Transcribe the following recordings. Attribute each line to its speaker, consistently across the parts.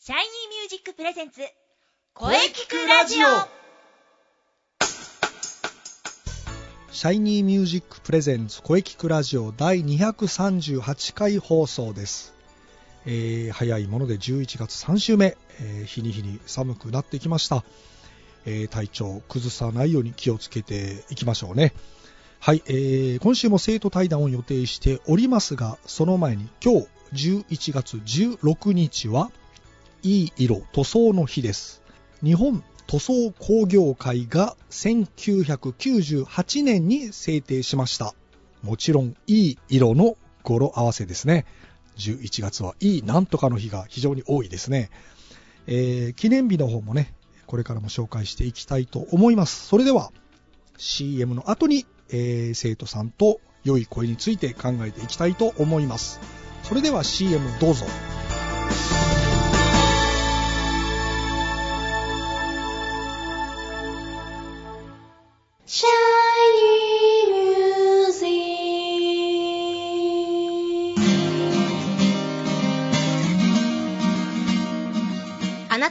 Speaker 1: シャイニーミュージックプレゼンツ
Speaker 2: 声聞くラジオ
Speaker 3: シャイニーミュージックプレゼンツ声聞くラジオ第238回放送です、えー早いもので11月3週目、えー日に日に寒くなってきました、えー体調崩さないように気をつけていきましょうねはい、えー今週も生徒対談を予定しておりますがその前に今日11月16日はいい色塗装の日です日本塗装工業会が1998年に制定しましたもちろんいい色の語呂合わせですね11月はいいなんとかの日が非常に多いですね、えー記念日の方もねこれからも紹介していきたいと思いますそれでは CM の後に、えー生徒さんと良い声について考えていきたいと思いますそれでは CM どうぞ
Speaker 1: シャイニーミュージックあな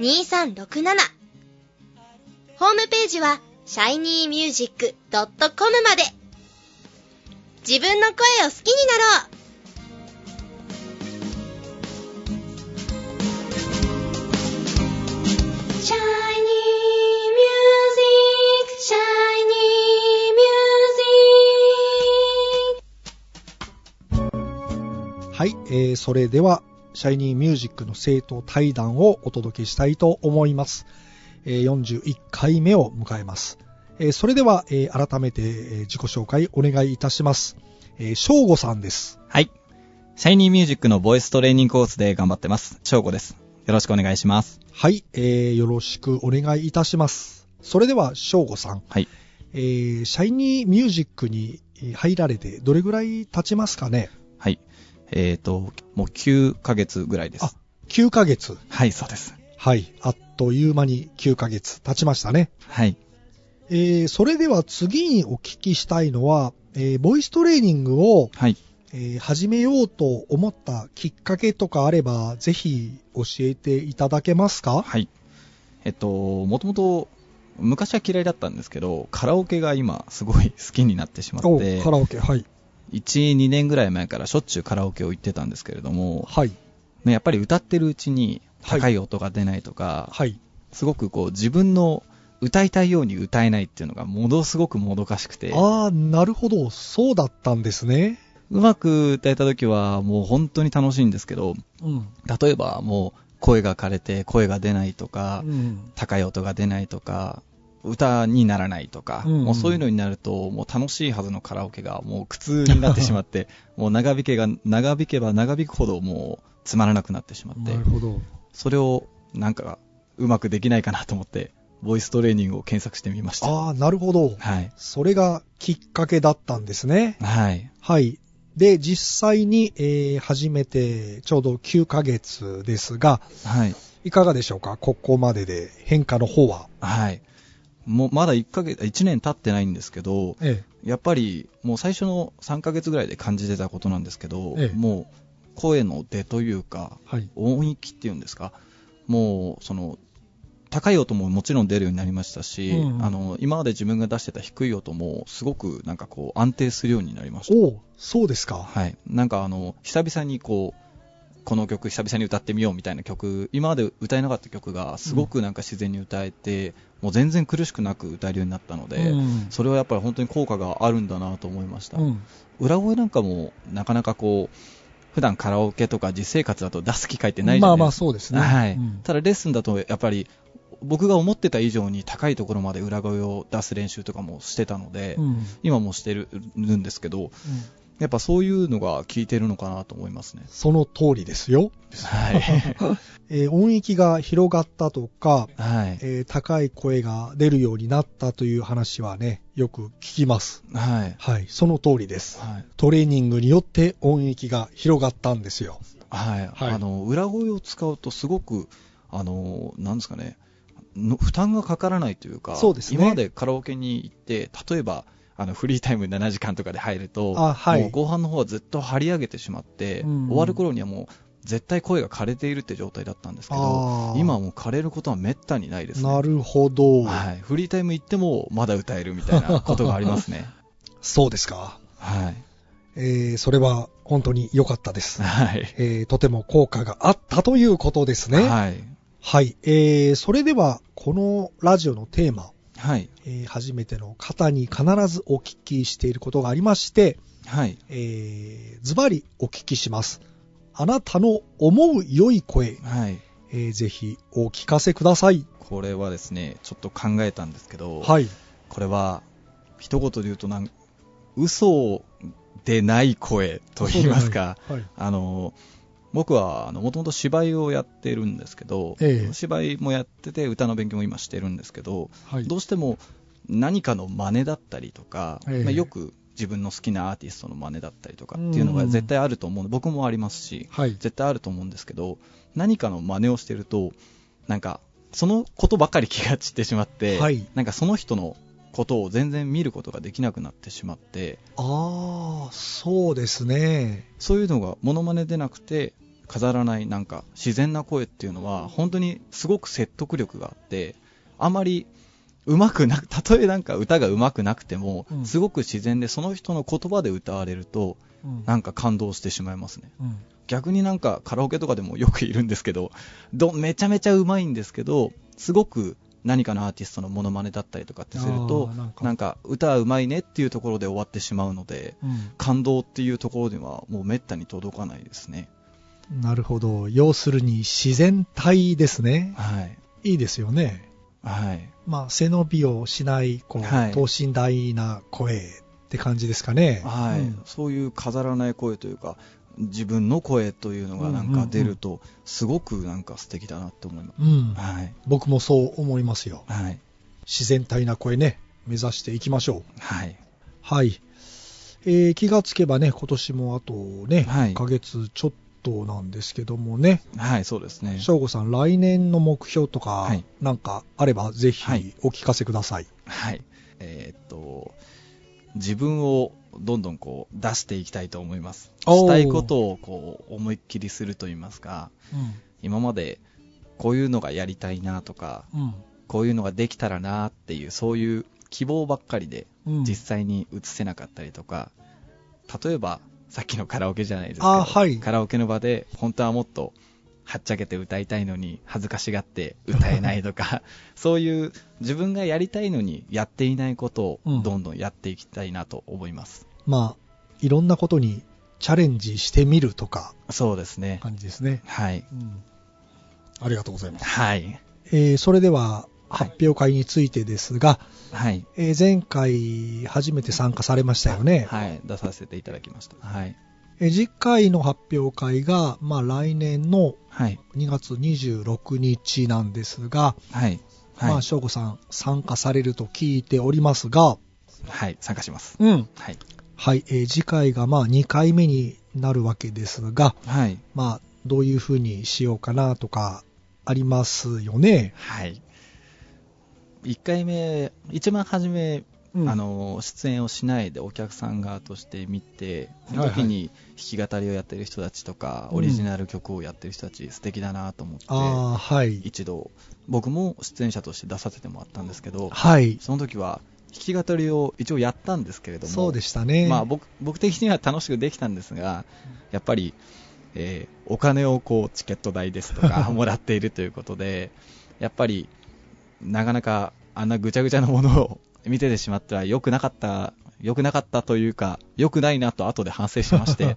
Speaker 1: 03-3208-2367ホームページは shinymusic.com まで自分の声を好きになろうシャイニーミュージック、シャイニーミュージック。
Speaker 3: はい、えーそれでは、シャイニーミュージックの生徒対談をお届けしたいと思います。えー41回目を迎えます。えーそれでは、えー改めて、えー自己紹介お願いいたします。えー、翔吾さんです。
Speaker 2: はい。シャイニーミュージックのボイストレーニングコースで頑張ってます。翔吾です。よろしくお願いします。
Speaker 3: はい、えーよろしくお願いいたします。それでは、翔吾さん。
Speaker 2: はい。
Speaker 3: えーシャイニーミュージックにえー入られて、どれぐらい経ちますかね
Speaker 2: はい。えっ、と、もう9ヶ月ぐらいで
Speaker 3: あ
Speaker 2: す。、
Speaker 3: 9ヶ月。
Speaker 2: はい、そうです。
Speaker 3: はい、あっという間に9ヶ月経ちましたね。
Speaker 2: はい。
Speaker 3: えーそれでは次にお聞きしたいのは、えーボイストレーニングを、
Speaker 2: はい。
Speaker 3: えー始めようと思ったきっかけとかあれば、ぜひ教えていただけますか
Speaker 2: はい。えっと、もともと、昔は嫌いだったんですけど、カラオケが今、すごい 好きになってしま
Speaker 3: お
Speaker 2: って、
Speaker 3: カラオケ、はい。
Speaker 2: 1、2年ぐらい前からしょっちゅうカラオケを行ってたんですけれども、
Speaker 3: はい。
Speaker 2: ね、やっぱり歌ってるうちに
Speaker 3: はい
Speaker 2: 高い音が出ないとか、
Speaker 3: はい。
Speaker 2: すごくこう、自分の歌いたいように歌えないっていうのが、ものすごくもどかしくて、
Speaker 3: ああ、なるほど。そうだったんですね。
Speaker 2: うまく歌えた時はもう本当に楽しいんですけど、
Speaker 3: うん。
Speaker 2: 例えばもう声が枯れて声が出ないとか、
Speaker 3: うん。
Speaker 2: 高い音が出ないとか、歌にならないとか、
Speaker 3: うんうん
Speaker 2: もうそういうのになると、もう楽しいはずのカラオケがもう苦痛になってしま って、もう長引けが、長引けば長引くほどもうつまらなくなってしまって
Speaker 3: なる、ほど。
Speaker 2: それをなんかうまくできないかなと思って、ボイストレーニングを検索してみました。
Speaker 3: ああ、なるほど。
Speaker 2: はい。
Speaker 3: それがきっかけだったんですね。
Speaker 2: はい。
Speaker 3: はい。で、実際に、えー始めてちょうど9ヶ月ですが、
Speaker 2: はい。
Speaker 3: いかがでしょうかここまでで変化の方は。
Speaker 2: はい。もうまだ1ヶ月、1年経ってないんですけど、
Speaker 3: え
Speaker 2: やっぱりもう最初の3ヶ月ぐらいで感じてたことなんですけど、
Speaker 3: ええ
Speaker 2: もう声の出というか
Speaker 3: はい。
Speaker 2: 音域っていうんですかもうその高い音ももちろん出るようになりましたし、
Speaker 3: うんうん
Speaker 2: あの今まで自分が出してた低い音もすごくなんかこう安定するようになりました、
Speaker 3: おうそうですか。
Speaker 2: はい、なんかあの久々にこうこの曲久々に歌ってみようみたいな曲今まで歌えなかった曲がすごくなんか自然に歌えて、もう全然苦しくなく歌えるようになったので、
Speaker 3: うん
Speaker 2: それはやっぱり本当に効果があるんだなと思いました、
Speaker 3: うん
Speaker 2: 裏声なんかもなかなかこう普段カラオケとか実生活だと出す機会ってないじゃ
Speaker 3: ま
Speaker 2: な
Speaker 3: あ
Speaker 2: い
Speaker 3: まあ
Speaker 2: ですか、
Speaker 3: そうですね。
Speaker 2: はい
Speaker 3: うん
Speaker 2: ただレッスンだとやっぱり僕が思ってた以上に高いところまで裏声を出す練習とかもしてたので、
Speaker 3: うん
Speaker 2: 今もしてるんですけどやっぱそういうのが効いてるのかなと思いますね。
Speaker 3: その通りですよ。
Speaker 2: はい。
Speaker 3: えー音域が広がったとか、
Speaker 2: はい。
Speaker 3: えー高い声が出るようになったという話はね、よく聞きます。
Speaker 2: はい。
Speaker 3: はい、その通りです。
Speaker 2: はい。
Speaker 3: トレーニングによって音域が広がったんですよ。
Speaker 2: はい、
Speaker 3: はい
Speaker 2: あの裏声を使うとすごくあのなんですかねの負担がかからないというか
Speaker 3: そうですね
Speaker 2: 今までカラオケに行って例えばあのフリータイム7時間とかで入ると
Speaker 3: あはい
Speaker 2: もう後半の方はずっと張り上げてしまって、
Speaker 3: うんうん
Speaker 2: 終わる頃にはもう絶対声が枯れているって状態だったんですけ
Speaker 3: あ
Speaker 2: ど
Speaker 3: ー
Speaker 2: 今はもう枯れることはめったにないですね
Speaker 3: なるほど、
Speaker 2: はい、フリータイム行ってもまだ歌えるみたいなことがありますね
Speaker 3: そうですか。
Speaker 2: はい、
Speaker 3: えーそれは本当に良かったです。
Speaker 2: はい
Speaker 3: えーとても効果があったということですね。はい。
Speaker 2: はい
Speaker 3: えーそれでは、このラジオのテーマ、
Speaker 2: はい
Speaker 3: えー初めての方に必ずお聞きしていることがありまして、
Speaker 2: はい
Speaker 3: えーズバリお聞きします。あなたの思う良い声、
Speaker 2: はい
Speaker 3: えーぜひお聞かせください。
Speaker 2: これはですね、ちょっと考えたんですけど、
Speaker 3: はい。
Speaker 2: これは、一言で言うとなん、嘘でない声と言いますか、
Speaker 3: はい。
Speaker 2: あの、僕は、あの、もともと芝居をやってるんですけど、
Speaker 3: ええ
Speaker 2: 芝居もやってて、歌の勉強も今してるんですけど、
Speaker 3: はい。
Speaker 2: どうしても何かの真似だったりとか、
Speaker 3: ええ
Speaker 2: まあよく自分の好きなアーティストの真似だったりとかっていうのが絶対あると思うの僕もありますし、
Speaker 3: はい。
Speaker 2: 絶対あると思うんですけど何かの真似をしてるとなんかそのことばかり気が散ってしまって、
Speaker 3: はい
Speaker 2: なんかその人のことを全然見ることができなくなってしまって
Speaker 3: ああ、そうですね。
Speaker 2: そういうのがモノマネでなくて飾らないなんか自然な声っていうのは本当にすごく説得力があってあまりうまくなくたとえなんか歌がうまくなくても、
Speaker 3: うん
Speaker 2: すごく自然でその人の言葉で歌われると
Speaker 3: うん
Speaker 2: なんか感動してしまいますね。
Speaker 3: うん
Speaker 2: 逆になんかカラオケとかでもよくいるんですけどどめちゃめちゃうまいんですけどすごく何かのアーティストのモノマネだったりとかってすると
Speaker 3: あーなんか
Speaker 2: なんか歌はうまいねっていうところで終わってしまうので感動っていうところにはもうめったに届かないですね
Speaker 3: なるほど。要するに自然体ですね。
Speaker 2: はい
Speaker 3: いいですよね。
Speaker 2: はい
Speaker 3: まあ、背伸びをしない、こう、
Speaker 2: はい
Speaker 3: 等身大な声って感じですかね。
Speaker 2: はい、
Speaker 3: うん
Speaker 2: そういう飾らない声というか自分の声というのがなんか出るとすごくなんか素敵だなって思います、
Speaker 3: うん。
Speaker 2: はい
Speaker 3: 僕もそう思いますよ。
Speaker 2: はい
Speaker 3: 自然体な声ね、目指していきましょう。
Speaker 2: はい
Speaker 3: はい。えー気がつけばね、今年もあとね、
Speaker 2: はい
Speaker 3: 1ヶ月ちょっとなんですけどもね、
Speaker 2: はいそうですね
Speaker 3: 翔吾さん、来年の目標とか、
Speaker 2: はい
Speaker 3: なんかあれば、ぜ
Speaker 2: は
Speaker 3: ひ
Speaker 2: い
Speaker 3: お聞かせください。
Speaker 2: はい。えーっと、自分をどんどんこう出していきたいと思います。
Speaker 3: おー
Speaker 2: したいことをこう思いっきりすると言いますか、今までこういうのがやりたいなとか、こういうのができたらなっていう、そういう希望ばっかりで実際に映せなかったりとか、例えばさっきのカラオケじゃないですけど、
Speaker 3: あはい
Speaker 2: カラオケの場で本当はもっとはっちゃけて歌いたいのに恥ずかしがって歌えないと かそういう自分がやりたいのにやっていないこと
Speaker 3: う
Speaker 2: を
Speaker 3: ん
Speaker 2: どんどんやっていきたいなと思います、
Speaker 3: まあ、いろんなことにチャレンジしてみるとか、
Speaker 2: そうですね
Speaker 3: 感じですね。
Speaker 2: はい
Speaker 3: ありがとうございます。
Speaker 2: はい
Speaker 3: えーそれでは、
Speaker 2: はい
Speaker 3: 発表会についてですが、
Speaker 2: はい
Speaker 3: えー前回初めて参加されましたよね。
Speaker 2: はい出させていただきましたはい
Speaker 3: えー次回の発表会が、まあ、来年の
Speaker 2: はい
Speaker 3: 2月26日なんですが、
Speaker 2: はい
Speaker 3: ま
Speaker 2: は
Speaker 3: あ、
Speaker 2: い、
Speaker 3: 翔吾さん参加されると聞いておりますが、
Speaker 2: はい、参加します
Speaker 3: うん。
Speaker 2: はい
Speaker 3: はい、えー次回がまあ2回目になるわけですが、
Speaker 2: はい
Speaker 3: まあ、どういうふうにしようかなとか、ありますよね。
Speaker 2: はい。1回目、一番初め、
Speaker 3: うん
Speaker 2: あの、出演をしないでお客さん側として見て、そ
Speaker 3: はい
Speaker 2: の
Speaker 3: はい
Speaker 2: 時に弾き語りをやってる人たちとか、
Speaker 3: うん
Speaker 2: オリジナル曲をやってる人たち、素敵だなと思って、
Speaker 3: ああ、はい。
Speaker 2: 一度、僕も出演者として出させてもらったんですけど、
Speaker 3: はい。
Speaker 2: その時は、弾き語りを一応やったんですけれども、
Speaker 3: そうでしたね。
Speaker 2: まあ、僕僕的には楽しくできたんですが、やっぱり、えーお金をこうチケット代ですと かもらっているということで、やっぱりなかなかあんなぐちゃぐちゃなものを 見ててしまっては良くなかった、良くなかったというか、良くないなと後で反省しま して、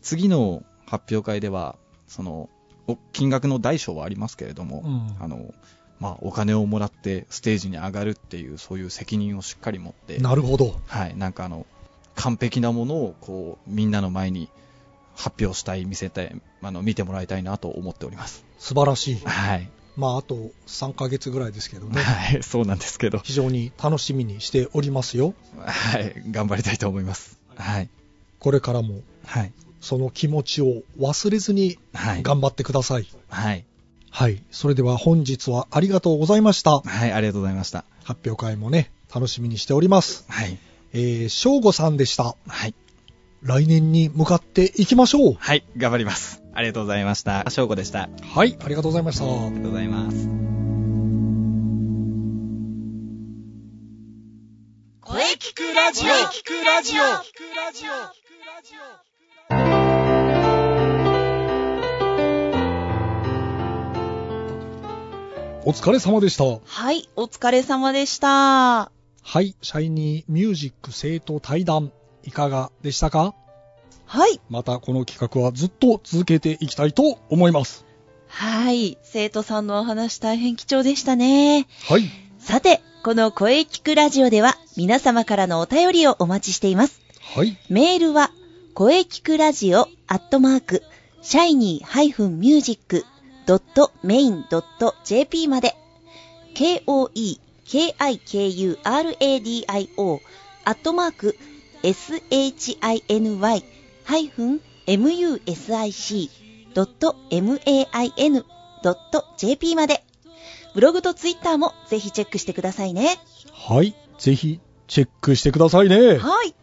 Speaker 2: 次の発表会では、その、お金額の大小はありますけれども、
Speaker 3: うん
Speaker 2: あの、まあ、お金をもらってステージに上がるっていう、そういう責任をしっかり持って、
Speaker 3: なるほど。
Speaker 2: はい、なんかあの、完璧なものをこうみんなの前に発表したい、見せたい、あの見てもらいたいなと思っております。
Speaker 3: 素晴らしい。
Speaker 2: はい。
Speaker 3: まあ、あと3ヶ月ぐらいですけどね、
Speaker 2: はい、そうなんですけど、
Speaker 3: 非常に楽しみにしておりますよ。
Speaker 2: はい、頑張りたいと思います。はい。
Speaker 3: これからも、
Speaker 2: はい。
Speaker 3: その気持ちを忘れずに
Speaker 2: はい。
Speaker 3: 頑張ってください。
Speaker 2: はい。
Speaker 3: はい。それでは本日はありがとうございました。
Speaker 2: はい、ありがとうございました。
Speaker 3: 発表会もね、楽しみにしております。
Speaker 2: はい。
Speaker 3: えー、翔吾さんでした。
Speaker 2: はい。
Speaker 3: 来年に向かっていきましょう。
Speaker 2: はい、頑張ります。ありがとうございました。翔子でした。あり
Speaker 3: はい。ありがとうございました。
Speaker 2: がとうございます。
Speaker 1: 声聞くラジオ聞くラジオ
Speaker 3: お疲れ様でした。
Speaker 4: はい、お疲れ様でした。
Speaker 3: はい。シャイニーミュージック生徒対談、いかがでしたか
Speaker 4: はい。
Speaker 3: またこの企画はずっと続けていきたいと思います。
Speaker 4: はい、生徒さんのお話大変貴重でしたね。
Speaker 3: はい。
Speaker 4: さて、この声聞くラジオでは皆様からのお便りをお待ちしています。
Speaker 3: はい。
Speaker 4: メールは、声聞くラジオアットマーク、シャイニー -music.main.jp まで、k-o-e-k-i-k-u-r-a-d-i-o アットマーク、shiny-music.main.jp まで、ブログとツイッターもぜひチェックしてくださいね。
Speaker 3: はい。ぜひ、チェックしてくださいね。
Speaker 4: はい。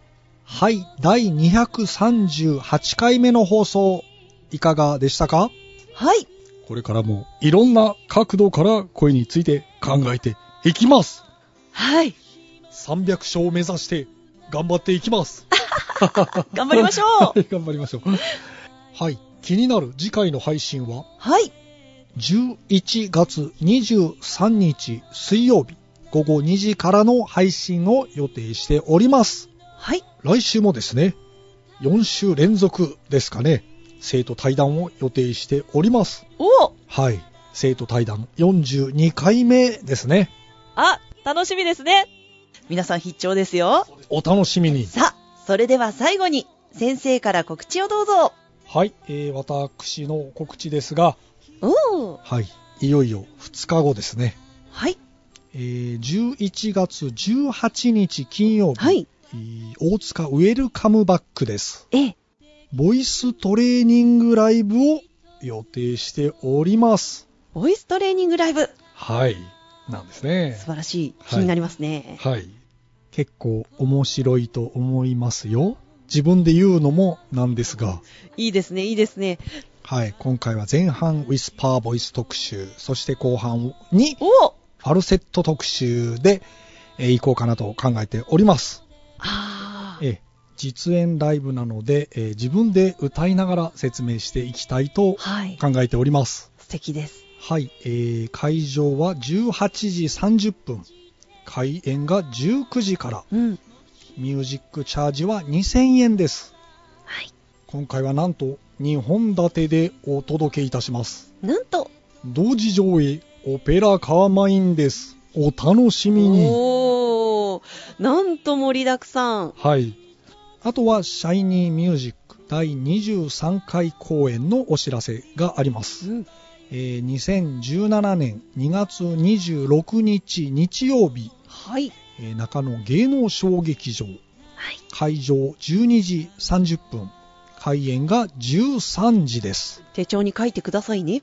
Speaker 3: はい。第238回目の放送、いかがでしたか
Speaker 4: はい。
Speaker 3: これからもいろんな角度から声について考えていきます。
Speaker 4: はい。
Speaker 3: 300勝を目指して頑張っていきます。
Speaker 4: 頑張りましょう
Speaker 3: はい 頑張りましょう。はい。気になる次回の配信は
Speaker 4: はい。
Speaker 3: 11月23日水曜日午後2時からの配信を予定しております。
Speaker 4: はい。
Speaker 3: 来週もですね、4週連続ですかね、生徒対談を予定しております。
Speaker 4: おお
Speaker 3: はい。生徒対談42回目ですね。
Speaker 4: あ、楽しみですね。皆さん必聴ですよ。
Speaker 3: お楽しみに。
Speaker 4: さあ、それでは最後に、先生から告知をどうぞ。
Speaker 3: はい、えー私の告知ですが、
Speaker 4: おお
Speaker 3: はい、いよいよ2日後ですね。
Speaker 4: はい。
Speaker 3: えー11月18日金曜日、
Speaker 4: はい。
Speaker 3: えー大塚ウェルカムバックです。
Speaker 4: ええ。
Speaker 3: ボイストレーニングライブを予定しております。
Speaker 4: ボイストレーニングライブ。
Speaker 3: はい、なんですね
Speaker 4: 素晴らしい。
Speaker 3: はい
Speaker 4: 気になりますね。
Speaker 3: はい。結構面白いと思いますよ。自分で言うのもなんですが、
Speaker 4: い、いですね、いいですね。
Speaker 3: はい、今回は前半ウィスパーボイス特集、そして後半に
Speaker 4: おお
Speaker 3: ファルセット特集で、えー行こうかなと考えております。
Speaker 4: ああ
Speaker 3: え。ー実演ライブなので、えー自分で歌いながら説明していきたいと
Speaker 4: はい。
Speaker 3: 考えております。
Speaker 4: 素敵です。
Speaker 3: はい、えー会場は18時30分、開演が19時から、
Speaker 4: うん。
Speaker 3: ミュージックチャージは2000円です。
Speaker 4: はい。
Speaker 3: 今回はなんと2本立てでお届けいたします。
Speaker 4: なんと。
Speaker 3: 同時上映オペラカーマインですお楽しみに
Speaker 4: おおなんと盛りだくさん。
Speaker 3: はいあとはシャイニーミュージック第23回公演のお知らせがありま
Speaker 4: う
Speaker 3: す、
Speaker 4: ん。
Speaker 3: えー2017年2月26日日曜日、
Speaker 4: はい。
Speaker 3: えー中野芸能小劇場
Speaker 4: はい。
Speaker 3: 会場12時30分開演が13時です
Speaker 4: 手帳に書いてくださいね。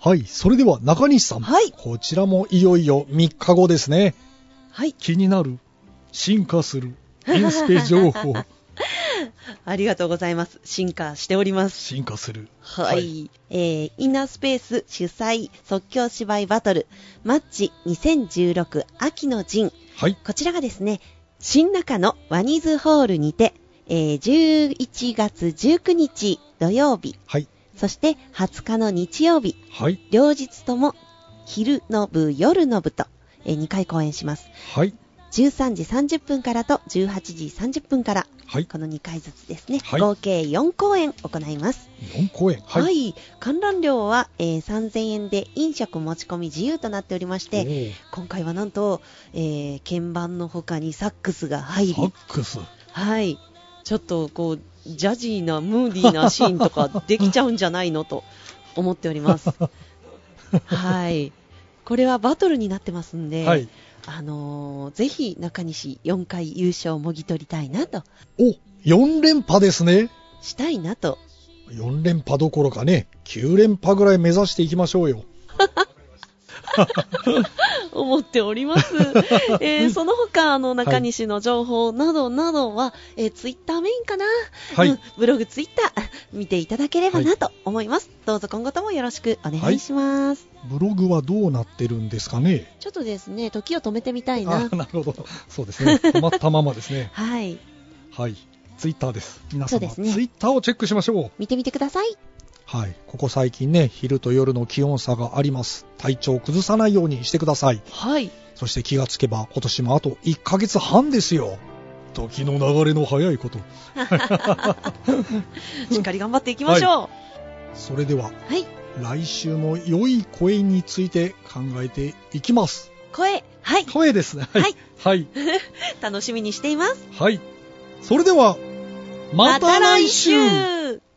Speaker 3: はいそれでは中西さん、
Speaker 4: はい
Speaker 3: こちらもいよいよ3日後ですね
Speaker 4: はい。
Speaker 3: 気になる進化 するインスペ情報
Speaker 4: ありがとうございます。進化しております。
Speaker 3: 進化する
Speaker 4: はい、
Speaker 3: はい
Speaker 4: えー、インナースペース主催即興芝居バトルマッチ2016秋の陣
Speaker 3: はい
Speaker 4: こちらがですね新中野ワニズホールにて、えー11月19日土曜日
Speaker 3: はい
Speaker 4: そして20日の日曜日
Speaker 3: はい
Speaker 4: 両日とも昼の部夜の部と、え2回公演します
Speaker 3: はい
Speaker 4: 13時30分からと18時30分から
Speaker 3: はい
Speaker 4: この2回ずつですね、
Speaker 3: はい
Speaker 4: 合計4公演行います
Speaker 3: 4公演
Speaker 4: はい、
Speaker 3: はい
Speaker 4: 観覧料は、えー3000円で飲食持ち込み自由となっておりまし
Speaker 3: お
Speaker 4: て
Speaker 3: ー
Speaker 4: 今回はなんと、えー鍵盤の他にサックスが入
Speaker 3: サッ
Speaker 4: り、
Speaker 3: クス
Speaker 4: はい、ちょっとこうジャジーなムーディーなシーンとかできちゃうんじゃないのと思っております。はい。これはバトルになってますんで、
Speaker 3: はい。
Speaker 4: あのーぜひ中西4回優勝をもぎ取りたいなと、
Speaker 3: お、4連覇ですね。
Speaker 4: したいなと、
Speaker 3: 4連覇どころかね、9連覇ぐらい目指していきましょうよ。
Speaker 4: 思っており ます。えーその他、あの、中西の情報などなどは、えツイッター Twitter メインかな、
Speaker 3: はい
Speaker 4: うんブログ、ツイッター、見ていただければなと思います。どうぞ今後ともよろしくお願いします。
Speaker 3: ブログはどうなってるんですかね。
Speaker 4: ちょっとですね、時を止めてみたいな。
Speaker 3: あなるほど。そうですね。止ま ったままですね。
Speaker 4: はい。
Speaker 3: はい。ツイッターです。皆
Speaker 4: そう
Speaker 3: 様、
Speaker 4: ですね
Speaker 3: ツイッターをチェックしましょう。
Speaker 4: 見てみてください。
Speaker 3: はい。ここ最近ね、昼と夜の気温差があります。体調を崩さないようにしてください。
Speaker 4: はい。
Speaker 3: そして気がつけば今年もあと1ヶ月半ですよ。時の流れの早いこと。
Speaker 4: しっかり頑張っていきましょ
Speaker 3: それでは
Speaker 4: う。はい。
Speaker 3: 来週も良い声について考えていきます。
Speaker 4: 声。はい。
Speaker 3: 声ですね。
Speaker 4: はい。
Speaker 3: はい。
Speaker 4: 楽しみにしています。
Speaker 3: はい。それでは、また来週
Speaker 4: また来週